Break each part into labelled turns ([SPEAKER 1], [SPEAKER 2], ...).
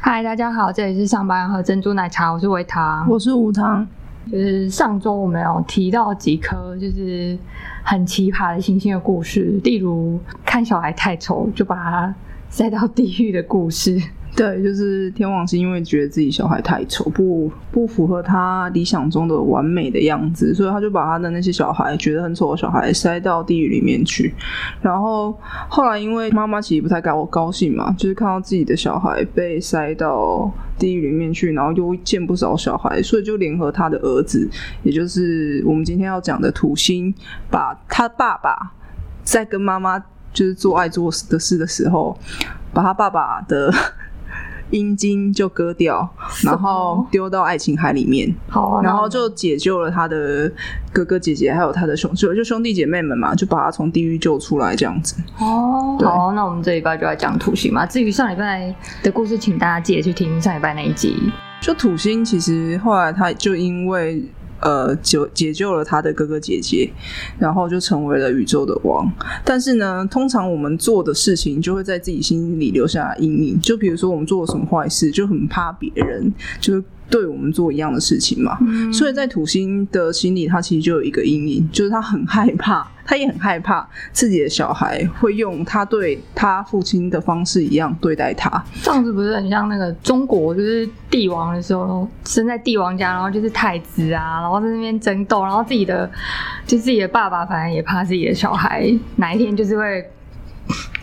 [SPEAKER 1] 嗨，大家好，这里是上班和珍珠奶茶，我是维塔。
[SPEAKER 2] 我是无糖，
[SPEAKER 1] 就是上周我们有提到几颗就是很奇葩的星星的故事，例如看小孩太丑就把他塞到地狱的故事。
[SPEAKER 2] 对，就是天王星，因为觉得自己小孩太丑，不不符合他理想中的完美的样子，所以他就把他的那些小孩觉得很丑的小孩塞到地狱里面去。然后后来因为妈妈其实不太高高兴嘛，就是看到自己的小孩被塞到地狱里面去，然后又见不少小孩，所以就联合他的儿子，也就是我们今天要讲的土星，把他爸爸在跟妈妈就是做爱做的事的时候，把他爸爸的阴茎就割掉，然后丢到爱琴海里面，
[SPEAKER 1] 好啊，
[SPEAKER 2] 然后就解救了他的哥哥姐姐，还有他的兄就就兄弟姐妹们嘛，就把他从地狱救出来这样子。
[SPEAKER 1] 哦，
[SPEAKER 2] 对
[SPEAKER 1] 好，那我们这礼拜就来讲土星嘛。至于上礼拜的故事，请大家记得去听上礼拜那一集。
[SPEAKER 2] 就土星其实后来他就因为呃救解救了他的哥哥姐姐，然后就成为了宇宙的王。但是呢，通常我们做的事情就会在自己心里留下阴影。就比如说我们做了什么坏事，就很怕别人就是对我们做一样的事情嘛。
[SPEAKER 1] 嗯
[SPEAKER 2] 所以在土星的心里，他其实就有一个阴影，就是他很害怕，他也很害怕自己的小孩会用他对他父亲的方式一样对待他。
[SPEAKER 1] 这样子不是很像那个中国，就是帝王的时候，生在帝王家，然后就是太子啊，然后在那边争斗，然后自己的就自己的爸爸，反正也怕自己的小孩哪一天就是会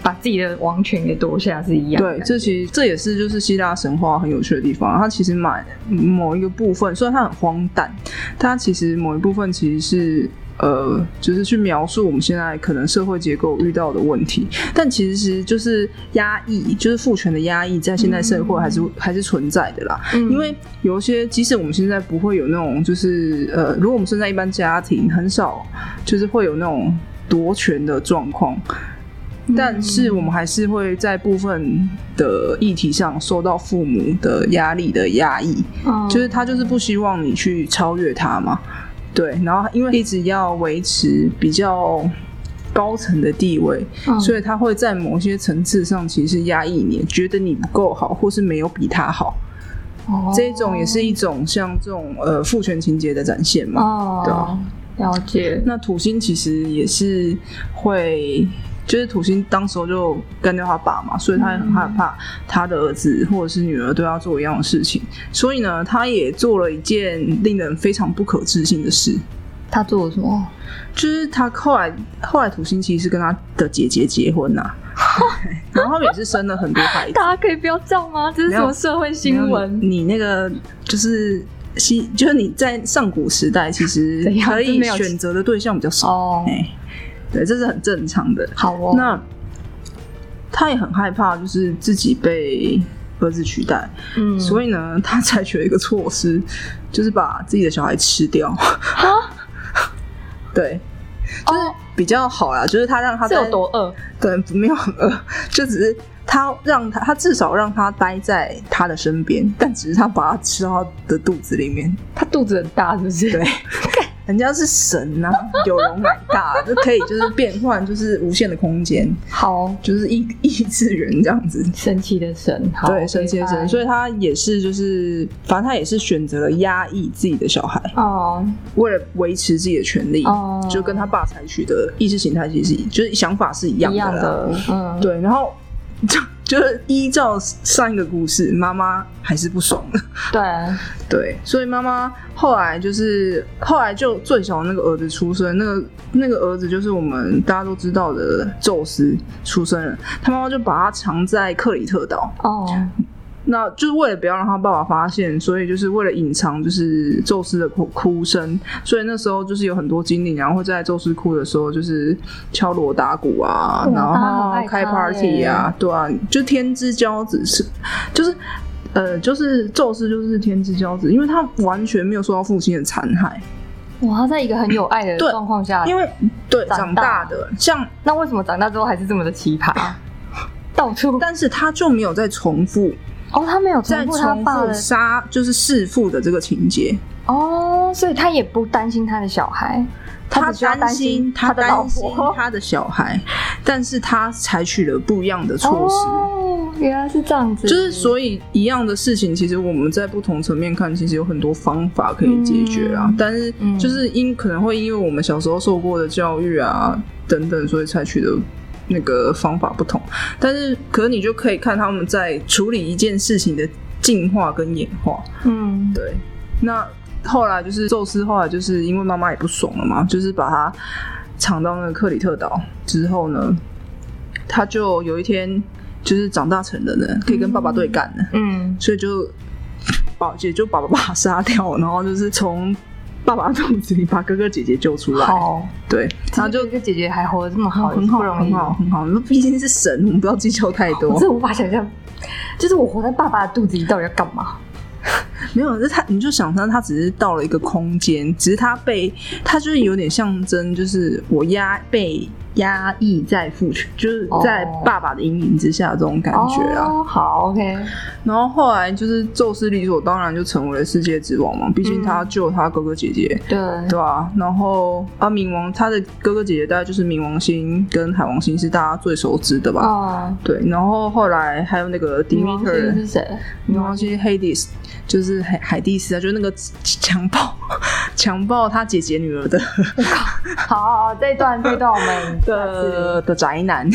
[SPEAKER 1] 把自己的王权给夺下，是一样的。
[SPEAKER 2] 对，这其实这也是就是希腊神话很有趣的地方。它其实蛮某一个部分，虽然它很荒诞，它其实某一部分其实是呃，就是去描述我们现在可能社会结构遇到的问题。但其实就是压抑，就是父权的压抑，在现代社会还是、还是存在的啦。
[SPEAKER 1] 嗯
[SPEAKER 2] 因为有一些，即使我们现在不会有那种，就是呃，如果我们生在一般家庭，很少就是会有那种夺权的状况。
[SPEAKER 1] 嗯
[SPEAKER 2] 但是我们还是会在部分的议题上受到父母的压力的压抑，
[SPEAKER 1] 嗯
[SPEAKER 2] 就是他就是不希望你去超越他嘛，对，然后因为一直要维持比较高层的地位，
[SPEAKER 1] 嗯
[SPEAKER 2] 所以他会在某些层次上其实是压抑你，觉得你不够好，或是没有比他好，
[SPEAKER 1] 哦
[SPEAKER 2] 这种也是一种像这种呃父权情节的展现嘛。
[SPEAKER 1] 哦，
[SPEAKER 2] 对啊
[SPEAKER 1] 了解。
[SPEAKER 2] 那土星其实也是会，就是土星当时候就干掉他爸嘛，所以他也很害怕他的儿子或者是女儿对他做一样的事情，所以呢，他也做了一件令人非常不可置信的事，
[SPEAKER 1] 他做了什么？
[SPEAKER 2] 就是他后来后来土星其实是跟他的姐姐结 婚呐、然后他们也是生了很多孩子。
[SPEAKER 1] 大家可以不要这样吗？这是
[SPEAKER 2] 没
[SPEAKER 1] 什
[SPEAKER 2] 有
[SPEAKER 1] 么社会新
[SPEAKER 2] 没
[SPEAKER 1] 闻
[SPEAKER 2] 有？你那个就是西，就是你在上古时代其实
[SPEAKER 1] 怎样
[SPEAKER 2] 可
[SPEAKER 1] 真
[SPEAKER 2] 以
[SPEAKER 1] 没有
[SPEAKER 2] 选择的对象比较少，
[SPEAKER 1] 哦，
[SPEAKER 2] 哎、对，这是很正常的。
[SPEAKER 1] 好哦，
[SPEAKER 2] 那他也很害怕，就是自己被儿子取代，
[SPEAKER 1] 嗯，
[SPEAKER 2] 所
[SPEAKER 1] 以
[SPEAKER 2] 以呢，他采取了一个措施，就是把自己的小孩吃掉。 对，
[SPEAKER 1] 哦，
[SPEAKER 2] 比较好啦，就是他让他
[SPEAKER 1] 这
[SPEAKER 2] 在
[SPEAKER 1] 有多饿？
[SPEAKER 2] 对没有很饿，呃就只是他让他他至少让他待在他的身边，但只是他把他吃到他的肚子里面。
[SPEAKER 1] 他肚子很大，是不是？
[SPEAKER 2] 对，人家是神呐、 有容乃大，就可以就是变换，就是无限的空间，
[SPEAKER 1] 好，
[SPEAKER 2] 就是异异次元这样子。
[SPEAKER 1] 神奇的神，好
[SPEAKER 2] 对，神奇的神，所
[SPEAKER 1] 以
[SPEAKER 2] 以他也是就是，反正他也是选择了压抑自己的小孩，
[SPEAKER 1] 哦
[SPEAKER 2] 为了维持自己的权利，
[SPEAKER 1] 哦，
[SPEAKER 2] 就跟他爸采取的意识形态其实就是想法是一样
[SPEAKER 1] 一
[SPEAKER 2] 的啦
[SPEAKER 1] 样的，嗯，，
[SPEAKER 2] 对，然后就就是依照上一个故事，妈妈还是不爽的。
[SPEAKER 1] 对，
[SPEAKER 2] 对，所以妈妈后来就是后来就最小的那个儿子出生，那个那个儿子就是我们大家都知道的宙斯出生了，他妈妈就把他藏在克里特岛，
[SPEAKER 1] 哦，
[SPEAKER 2] 那就是为了不要让他爸爸发现，所以就是为了隐藏就是宙斯的哭哭声，所以那时候就是有很多精灵，然后会在宙斯哭的时候就是敲锣打鼓啊，
[SPEAKER 1] 哇
[SPEAKER 2] 然
[SPEAKER 1] 大家好爱
[SPEAKER 2] 后
[SPEAKER 1] 他
[SPEAKER 2] 开 party 啊，对啊，就天之骄子是，就是呃，就是宙斯就是天之骄子，因为他完全没有受到父亲的残害，
[SPEAKER 1] 哇，他在一个很有爱的
[SPEAKER 2] 对
[SPEAKER 1] 状况下，
[SPEAKER 2] 因为对
[SPEAKER 1] 长
[SPEAKER 2] 长
[SPEAKER 1] 大
[SPEAKER 2] 大的像，
[SPEAKER 1] 那为什啊么长大之后还是这么的奇葩？ 到处
[SPEAKER 2] 但是他就没有再重复
[SPEAKER 1] 哦，他没有
[SPEAKER 2] 再
[SPEAKER 1] 重复他
[SPEAKER 2] 重
[SPEAKER 1] 爸
[SPEAKER 2] 复
[SPEAKER 1] 的
[SPEAKER 2] 杀就是弑父的这个情节，
[SPEAKER 1] 哦，所以他也不担心他的小孩，只需要
[SPEAKER 2] 担
[SPEAKER 1] 心
[SPEAKER 2] 他
[SPEAKER 1] 的老
[SPEAKER 2] 担心
[SPEAKER 1] 婆。
[SPEAKER 2] 他的小孩，但是他采取了不一样的措施。
[SPEAKER 1] 哦，原来是这样子，
[SPEAKER 2] 就是所以一样的事情，其实我们在不同层面看，其实有很多方法可以解决啊。
[SPEAKER 1] 嗯
[SPEAKER 2] 但是
[SPEAKER 1] 嗯
[SPEAKER 2] 就是因可能会因为我们小时候受过的教育啊等等，所以采取的那个方法不同。但是可你就可以看他们在处理一件事情的进化跟演化。
[SPEAKER 1] 嗯，
[SPEAKER 2] 对，那后来就是宙斯，后来就是因为妈妈也不爽了嘛，就是把他藏到那个克里特岛之后呢，他就有一天就是长大成人了，可以跟爸爸对干了，
[SPEAKER 1] 嗯，
[SPEAKER 2] 所以就把也就把爸爸杀掉，然后就是从爸爸肚子里把哥哥姐姐救出来，
[SPEAKER 1] 好，
[SPEAKER 2] 对，然后就
[SPEAKER 1] 这个姐姐还活得这么好，
[SPEAKER 2] 很好
[SPEAKER 1] 不容易
[SPEAKER 2] 很，好很好，那毕竟是神，我们不要计较太多
[SPEAKER 1] 我。真的无法想象，就是我活在爸爸的肚子里到底要干嘛？
[SPEAKER 2] 没有，那他你就想象他只是到了一个空间，只是他被他就是有点象征，就是我压被压抑在父权，就是在
[SPEAKER 1] 哦
[SPEAKER 2] 爸爸的阴影之下的这种感觉啊。
[SPEAKER 1] 哦、好，OK，
[SPEAKER 2] 然后后来就是宙斯理所当然就成为了世界之王嘛，毕
[SPEAKER 1] 嗯
[SPEAKER 2] 竟他救他哥哥姐姐，
[SPEAKER 1] 对，
[SPEAKER 2] 对啊，然后啊，冥王他的哥哥姐姐大概就是冥王星跟海王星是大家最熟知的吧。
[SPEAKER 1] 哦，
[SPEAKER 2] 对，然后后来还有那个
[SPEAKER 1] 冥王星
[SPEAKER 2] Demeter，
[SPEAKER 1] 是谁？
[SPEAKER 2] 冥王星 Hades 就是海海蒂斯啊，就是那个强暴 强暴他姐姐女儿的
[SPEAKER 1] 好好，好这一段这一段我们
[SPEAKER 2] 的 的宅男，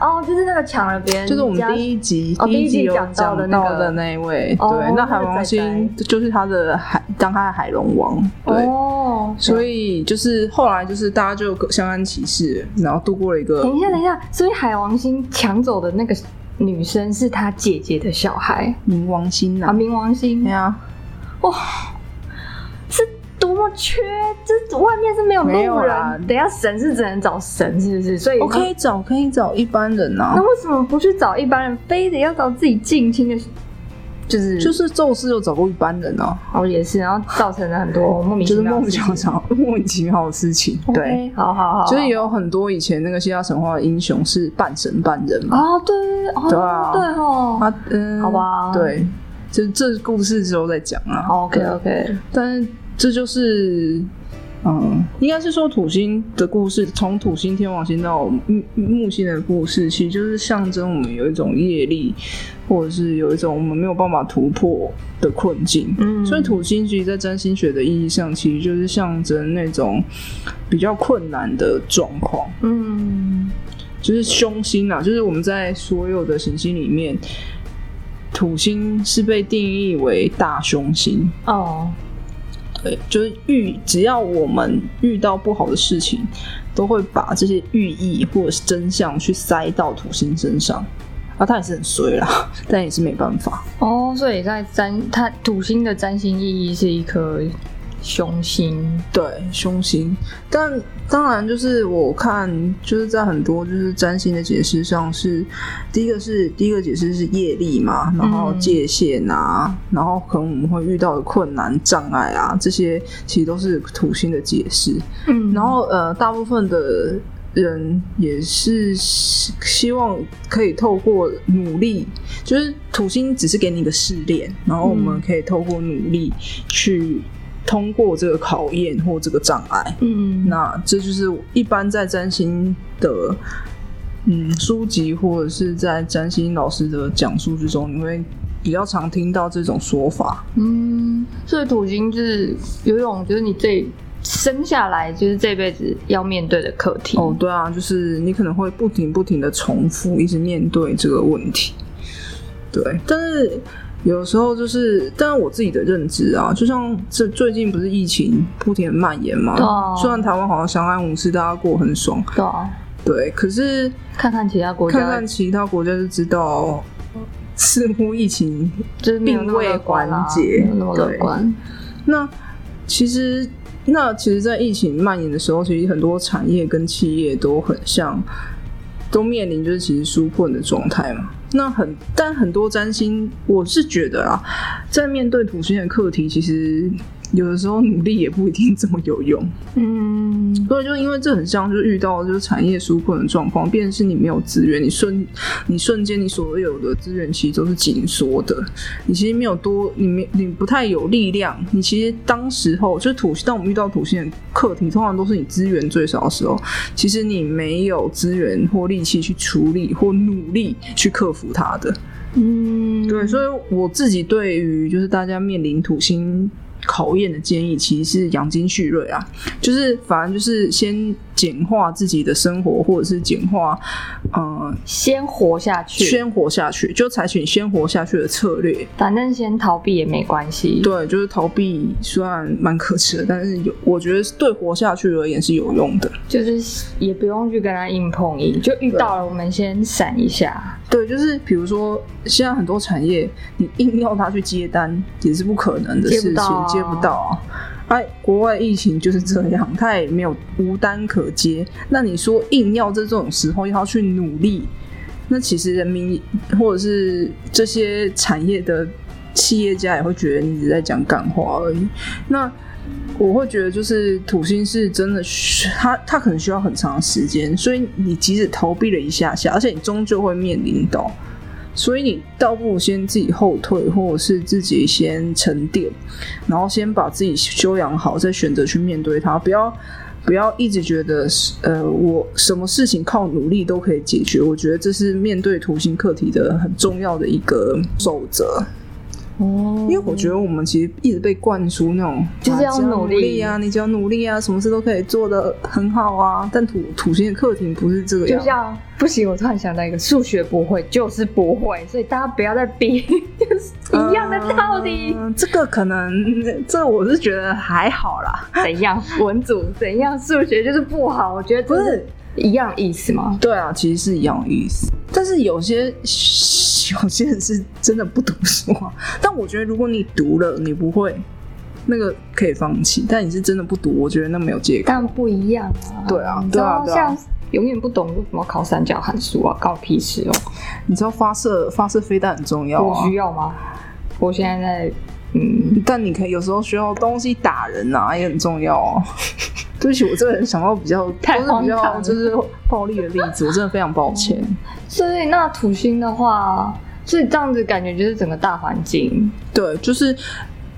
[SPEAKER 1] 哦，就是那个抢了别人家，
[SPEAKER 2] 就是我们第一集、
[SPEAKER 1] 哦
[SPEAKER 2] 一集
[SPEAKER 1] 第一集
[SPEAKER 2] 有
[SPEAKER 1] 讲到
[SPEAKER 2] 讲
[SPEAKER 1] 的那个
[SPEAKER 2] 到的那一位，
[SPEAKER 1] 哦
[SPEAKER 2] 对，那
[SPEAKER 1] 那个
[SPEAKER 2] 海王星就是他的海，当他的海龙王，对。
[SPEAKER 1] 哦，
[SPEAKER 2] 所以就是后来就是大家就相安其事，然后度过了一个
[SPEAKER 1] 等一下，等一下，所以海王星抢走的那个女生是他姐姐的小孩
[SPEAKER 2] 冥王星
[SPEAKER 1] 啊，
[SPEAKER 2] 啊，
[SPEAKER 1] 冥王星
[SPEAKER 2] 对啊，
[SPEAKER 1] 哇，是多么缺，这外面是没有
[SPEAKER 2] 没有
[SPEAKER 1] 路
[SPEAKER 2] 啦
[SPEAKER 1] 人。等一下，神是只能找神，是不是？所以
[SPEAKER 2] 我哦可以找可以找一般人啊
[SPEAKER 1] 那，为什么不去找一般人，非得要找自己近亲的？就是
[SPEAKER 2] 就是宙斯有找过一般人啊，
[SPEAKER 1] 哦，也是，然后造成了很多莫名其
[SPEAKER 2] 就是
[SPEAKER 1] 妙
[SPEAKER 2] 莫
[SPEAKER 1] 的事
[SPEAKER 2] 名其
[SPEAKER 1] 情。
[SPEAKER 2] 妙 莫名其妙的事情，对。
[SPEAKER 1] OK，好好好，
[SPEAKER 2] 所以也有很多以前那个希腊神话的英雄是半神半人嘛。
[SPEAKER 1] 啊，对对对，
[SPEAKER 2] 对
[SPEAKER 1] 哦
[SPEAKER 2] 啊
[SPEAKER 1] 对哦，
[SPEAKER 2] 啊，嗯，
[SPEAKER 1] 好吧
[SPEAKER 2] 对，这这故事之后再讲啊。
[SPEAKER 1] ，OK
[SPEAKER 2] 对
[SPEAKER 1] OK，
[SPEAKER 2] 但是这就是，嗯，应该是说土星的故事，从土星、天王星到木木星的故事，其实就是象征我们有一种业力，或者是有一种我们没有办法突破的困境。
[SPEAKER 1] 嗯，
[SPEAKER 2] 所以土星其实，在占星学的意义上，其实就是象征那种比较困难的状况。
[SPEAKER 1] 嗯
[SPEAKER 2] 就是凶星啊，就是我们在所有的行星里面，土星是被定义为大凶星。
[SPEAKER 1] 哦，
[SPEAKER 2] 对，就是遇只要我们遇到不好的事情，都会把这些寓意或者是真相去塞到土星身上。啊，他也是很衰啦， 但也是没办法。
[SPEAKER 1] 哦，所以在占它土星的占星意义是一颗凶星，
[SPEAKER 2] 对，凶星。但当然，就是我看，就是在很多就是占星的解释上是，第一个是第一个解释是业力嘛，然后
[SPEAKER 1] 嗯
[SPEAKER 2] 界限啊，然后可能我们会遇到的困难、障碍啊，这些其实都是土星的解释。
[SPEAKER 1] 嗯
[SPEAKER 2] 然后呃，大部分的人也是希希望可以透过努力，就是土星只是给你一个试炼，然后我们
[SPEAKER 1] 嗯
[SPEAKER 2] 可以透过努力去通过这个考验或这个障碍。
[SPEAKER 1] 嗯，
[SPEAKER 2] 那这就是一般在占星的。嗯，书籍或者是在占星老师的讲述之中，你会比较常听到这种说法。
[SPEAKER 1] 嗯，所以土星就是有一种就是你这生下来就是这辈子要面对的课题。
[SPEAKER 2] 哦，，对啊，就是你可能会不停不停的重复，一直面对这个问题。对，但是有时候就是，但是我自己的认知啊，就像这最近不是疫情不停的蔓延嘛，
[SPEAKER 1] 对啊
[SPEAKER 2] 虽然台湾好像相安无事，大家过得很爽，
[SPEAKER 1] 对啊，
[SPEAKER 2] 对，可是
[SPEAKER 1] 看看其他国家，
[SPEAKER 2] 看看其他国家就知道，似乎疫情
[SPEAKER 1] 就是没有那么乐观啊
[SPEAKER 2] 并未缓解
[SPEAKER 1] 没有那么乐观。
[SPEAKER 2] 那其实，那其实，在疫情蔓延的时候，其实很多产业跟企业都很像，都面临就是其实纾困的状态嘛。那很，但很多占星，我是觉得啦，在面对土星的课题，其实有的时候努力也不一定这么有用。
[SPEAKER 1] 嗯，
[SPEAKER 2] 所以就因为这很像，就是遇到就是产业纾困的状况，便是你没有资源，你瞬你瞬间你所有的资源其实都是紧缩的，你其实没有多，你没你不太有力量，你其实当时候就是土，当我们遇到土星的课题，通常都是你资源最少的时候，其实你没有资源或力气去处理或努力去克服它的。
[SPEAKER 1] 嗯，
[SPEAKER 2] 对，所以我自己对于就是大家面临土星考验的建议，其实是养精蓄锐啊，就是反正就是先简化自己的生活，或者是简化，呃，
[SPEAKER 1] 先活下去，
[SPEAKER 2] 先活下去，就采取先活下去的策略。
[SPEAKER 1] 反正先逃避也没关系。
[SPEAKER 2] 对，就是逃避虽然蛮可耻的，但是有我觉得对活下去而言是有用的。
[SPEAKER 1] 就是也不用去跟他硬碰硬，就遇到了我们先闪一下。
[SPEAKER 2] 对，就是比如说，现在很多产业，你硬要他去接单也是不可能的
[SPEAKER 1] 接不
[SPEAKER 2] 事情，
[SPEAKER 1] 到啊
[SPEAKER 2] 接不到啊。哎，国外疫情就是这样，他也没有无单可接。那你说硬要在这种时候要去努力，那其实人民或者是这些产业的企业家也会觉得你只在讲干话而已。那我会觉得，就是土星是真的需，它它可能需要很长的时间，所以你即使逃避了一下下，而且你终究会面临到，所以你倒不如先自己后退，或者是自己先沉淀，然后先把自己修养好，再选择去面对它，不要。不要一直觉得是，呃，我什么事情靠努力都可以解决。我觉得这是面对土星课题的很重要的一个守则。
[SPEAKER 1] 哦
[SPEAKER 2] 因为我觉得我们其实一直被灌输那种，
[SPEAKER 1] 就是要
[SPEAKER 2] 啊只
[SPEAKER 1] 努
[SPEAKER 2] 努
[SPEAKER 1] 力
[SPEAKER 2] 啊，你只要努力啊，什么事都可以做得很好啊。但土土星的课题不是这个
[SPEAKER 1] 就
[SPEAKER 2] 样，
[SPEAKER 1] 像不行，我突然想到一个，数学不会就是不会，所以大家不要再比， 就是一样的道理。
[SPEAKER 2] 嗯这个可能，这我是觉得还好啦。
[SPEAKER 1] 怎样文组怎样数学就是不好，我觉得
[SPEAKER 2] 不
[SPEAKER 1] 这
[SPEAKER 2] 是
[SPEAKER 1] 是一样意思吗？
[SPEAKER 2] 对啊，其实是一样的意思。但是有些 有些人是真的不读书啊。但我觉得如果你读了，你不会，那个可以放弃。但你是真的不读，我觉得那没有借口。
[SPEAKER 1] 但不一样啊。
[SPEAKER 2] 对啊
[SPEAKER 1] 你知
[SPEAKER 2] 对啊
[SPEAKER 1] 道
[SPEAKER 2] 对啊
[SPEAKER 1] 像永远不懂为什么考三角函数啊，搞屁事哦、
[SPEAKER 2] 你知道发射发射飞弹很重要
[SPEAKER 1] 我
[SPEAKER 2] 啊
[SPEAKER 1] 需。要吗？我现在在嗯，
[SPEAKER 2] 但你可以有时候需要东西打人呐、也很重 要哦。对不起，我这个人想到比较
[SPEAKER 1] 太
[SPEAKER 2] 都是比
[SPEAKER 1] 荒唐
[SPEAKER 2] 较
[SPEAKER 1] 了
[SPEAKER 2] 就是暴力的例子，我真的非常抱歉。
[SPEAKER 1] 所以那土星的话，所以这样子感觉就是整个大环境，
[SPEAKER 2] 对，就是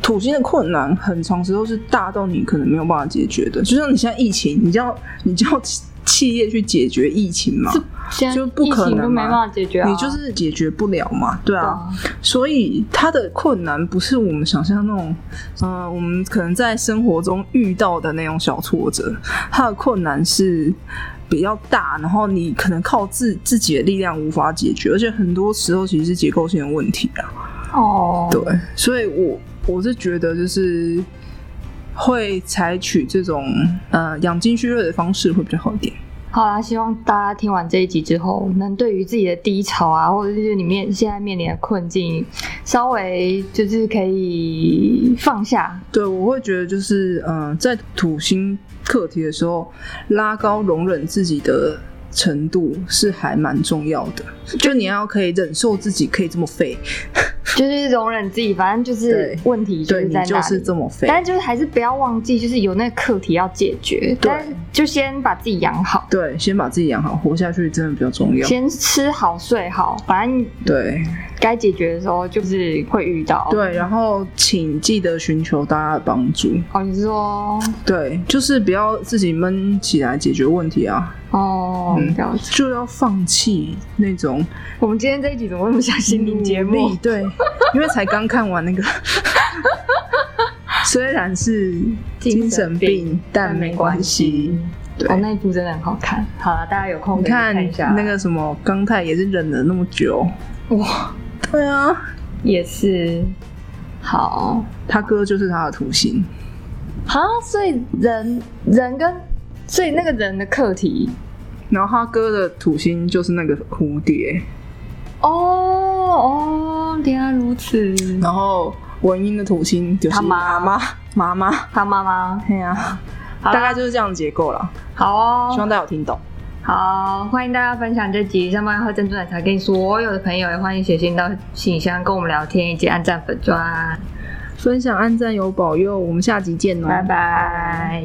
[SPEAKER 2] 土星的困难，很长时候是大到你可能没有办法解决的。就像你现在疫情，你叫你叫企企业去解决疫情嘛，
[SPEAKER 1] 现在
[SPEAKER 2] 就不可
[SPEAKER 1] 疫情
[SPEAKER 2] 能
[SPEAKER 1] 都没
[SPEAKER 2] 嘛
[SPEAKER 1] 办法解决啊。
[SPEAKER 2] 你就是解决不了嘛，对
[SPEAKER 1] 对
[SPEAKER 2] 啊。
[SPEAKER 1] 啊
[SPEAKER 2] 所以它的困难不是我们想象那种，呃，我们可能在生活中遇到的那种小挫折，它的困难是比较大，然后你可能靠自自己的力量无法解决，而且很多时候其实是结构性的问题啊。
[SPEAKER 1] 哦，
[SPEAKER 2] 对，所以我我是觉得就是会采取这种呃养精蓄锐的方式会比较好一点。
[SPEAKER 1] 好啦，希望大家听完这一集之后，能对于自己的低潮啊，或者是你面现在面临的困境，稍微就是可以放下。
[SPEAKER 2] 对，我会觉得就是，嗯、在土星课题的时候，拉高容忍自己的程度是还蛮重要的。就你要可以忍受自己可以这么废，
[SPEAKER 1] 就是容忍自己，反正就是
[SPEAKER 2] 对
[SPEAKER 1] 问题就
[SPEAKER 2] 对
[SPEAKER 1] 是
[SPEAKER 2] 你
[SPEAKER 1] 在那
[SPEAKER 2] 就是
[SPEAKER 1] 里。
[SPEAKER 2] 这么废。
[SPEAKER 1] 但就是还是不要忘记，就是有那个课题要解决，
[SPEAKER 2] 对
[SPEAKER 1] 但是就先把自己养好，
[SPEAKER 2] 对，先把自己养好，活下去真的比较重要。
[SPEAKER 1] 先吃好睡好，反正
[SPEAKER 2] 对
[SPEAKER 1] 该解决的时候就是会遇到。，
[SPEAKER 2] 对，然后请记得寻求大家的帮助。
[SPEAKER 1] 哦，你是说
[SPEAKER 2] 对，就是不要自己闷起来解决问题啊，
[SPEAKER 1] 哦，
[SPEAKER 2] 嗯
[SPEAKER 1] 了解。
[SPEAKER 2] 就要放弃那种
[SPEAKER 1] 我们今天这一集怎么那么像心灵节
[SPEAKER 2] 努
[SPEAKER 1] 目哦
[SPEAKER 2] 力？对， 因为才刚看完那个， 虽然是精神病，但没关系。。对
[SPEAKER 1] 哦，那一部真的很好看。好了，大家有空
[SPEAKER 2] 你
[SPEAKER 1] 可以
[SPEAKER 2] 看
[SPEAKER 1] 看一下。
[SPEAKER 2] 那个什么刚泰也是忍了那么久，
[SPEAKER 1] 哇，
[SPEAKER 2] 对啊，
[SPEAKER 1] 也是好
[SPEAKER 2] 他哥就是他的图形，
[SPEAKER 1] 啊。所以人人跟所以那个人的课题
[SPEAKER 2] 然后他哥的土星就是那个蝴蝶，
[SPEAKER 1] 哦哦，原来如此。
[SPEAKER 2] 然后文英的土星就是
[SPEAKER 1] 他妈
[SPEAKER 2] 妈妈妈，
[SPEAKER 1] 他妈妈，
[SPEAKER 2] 对啊，
[SPEAKER 1] 好啦
[SPEAKER 2] 大概就是这样的结构了，
[SPEAKER 1] 好
[SPEAKER 2] 希望
[SPEAKER 1] 哦，
[SPEAKER 2] 大家有听懂。
[SPEAKER 1] 好，欢迎大家分享这集上班喝珍珠奶茶给你所有的朋友，也欢迎写信到信箱跟我们聊天，以及按赞粉砖，
[SPEAKER 2] 分享、按赞有保佑，我们下集见哦，
[SPEAKER 1] 拜拜。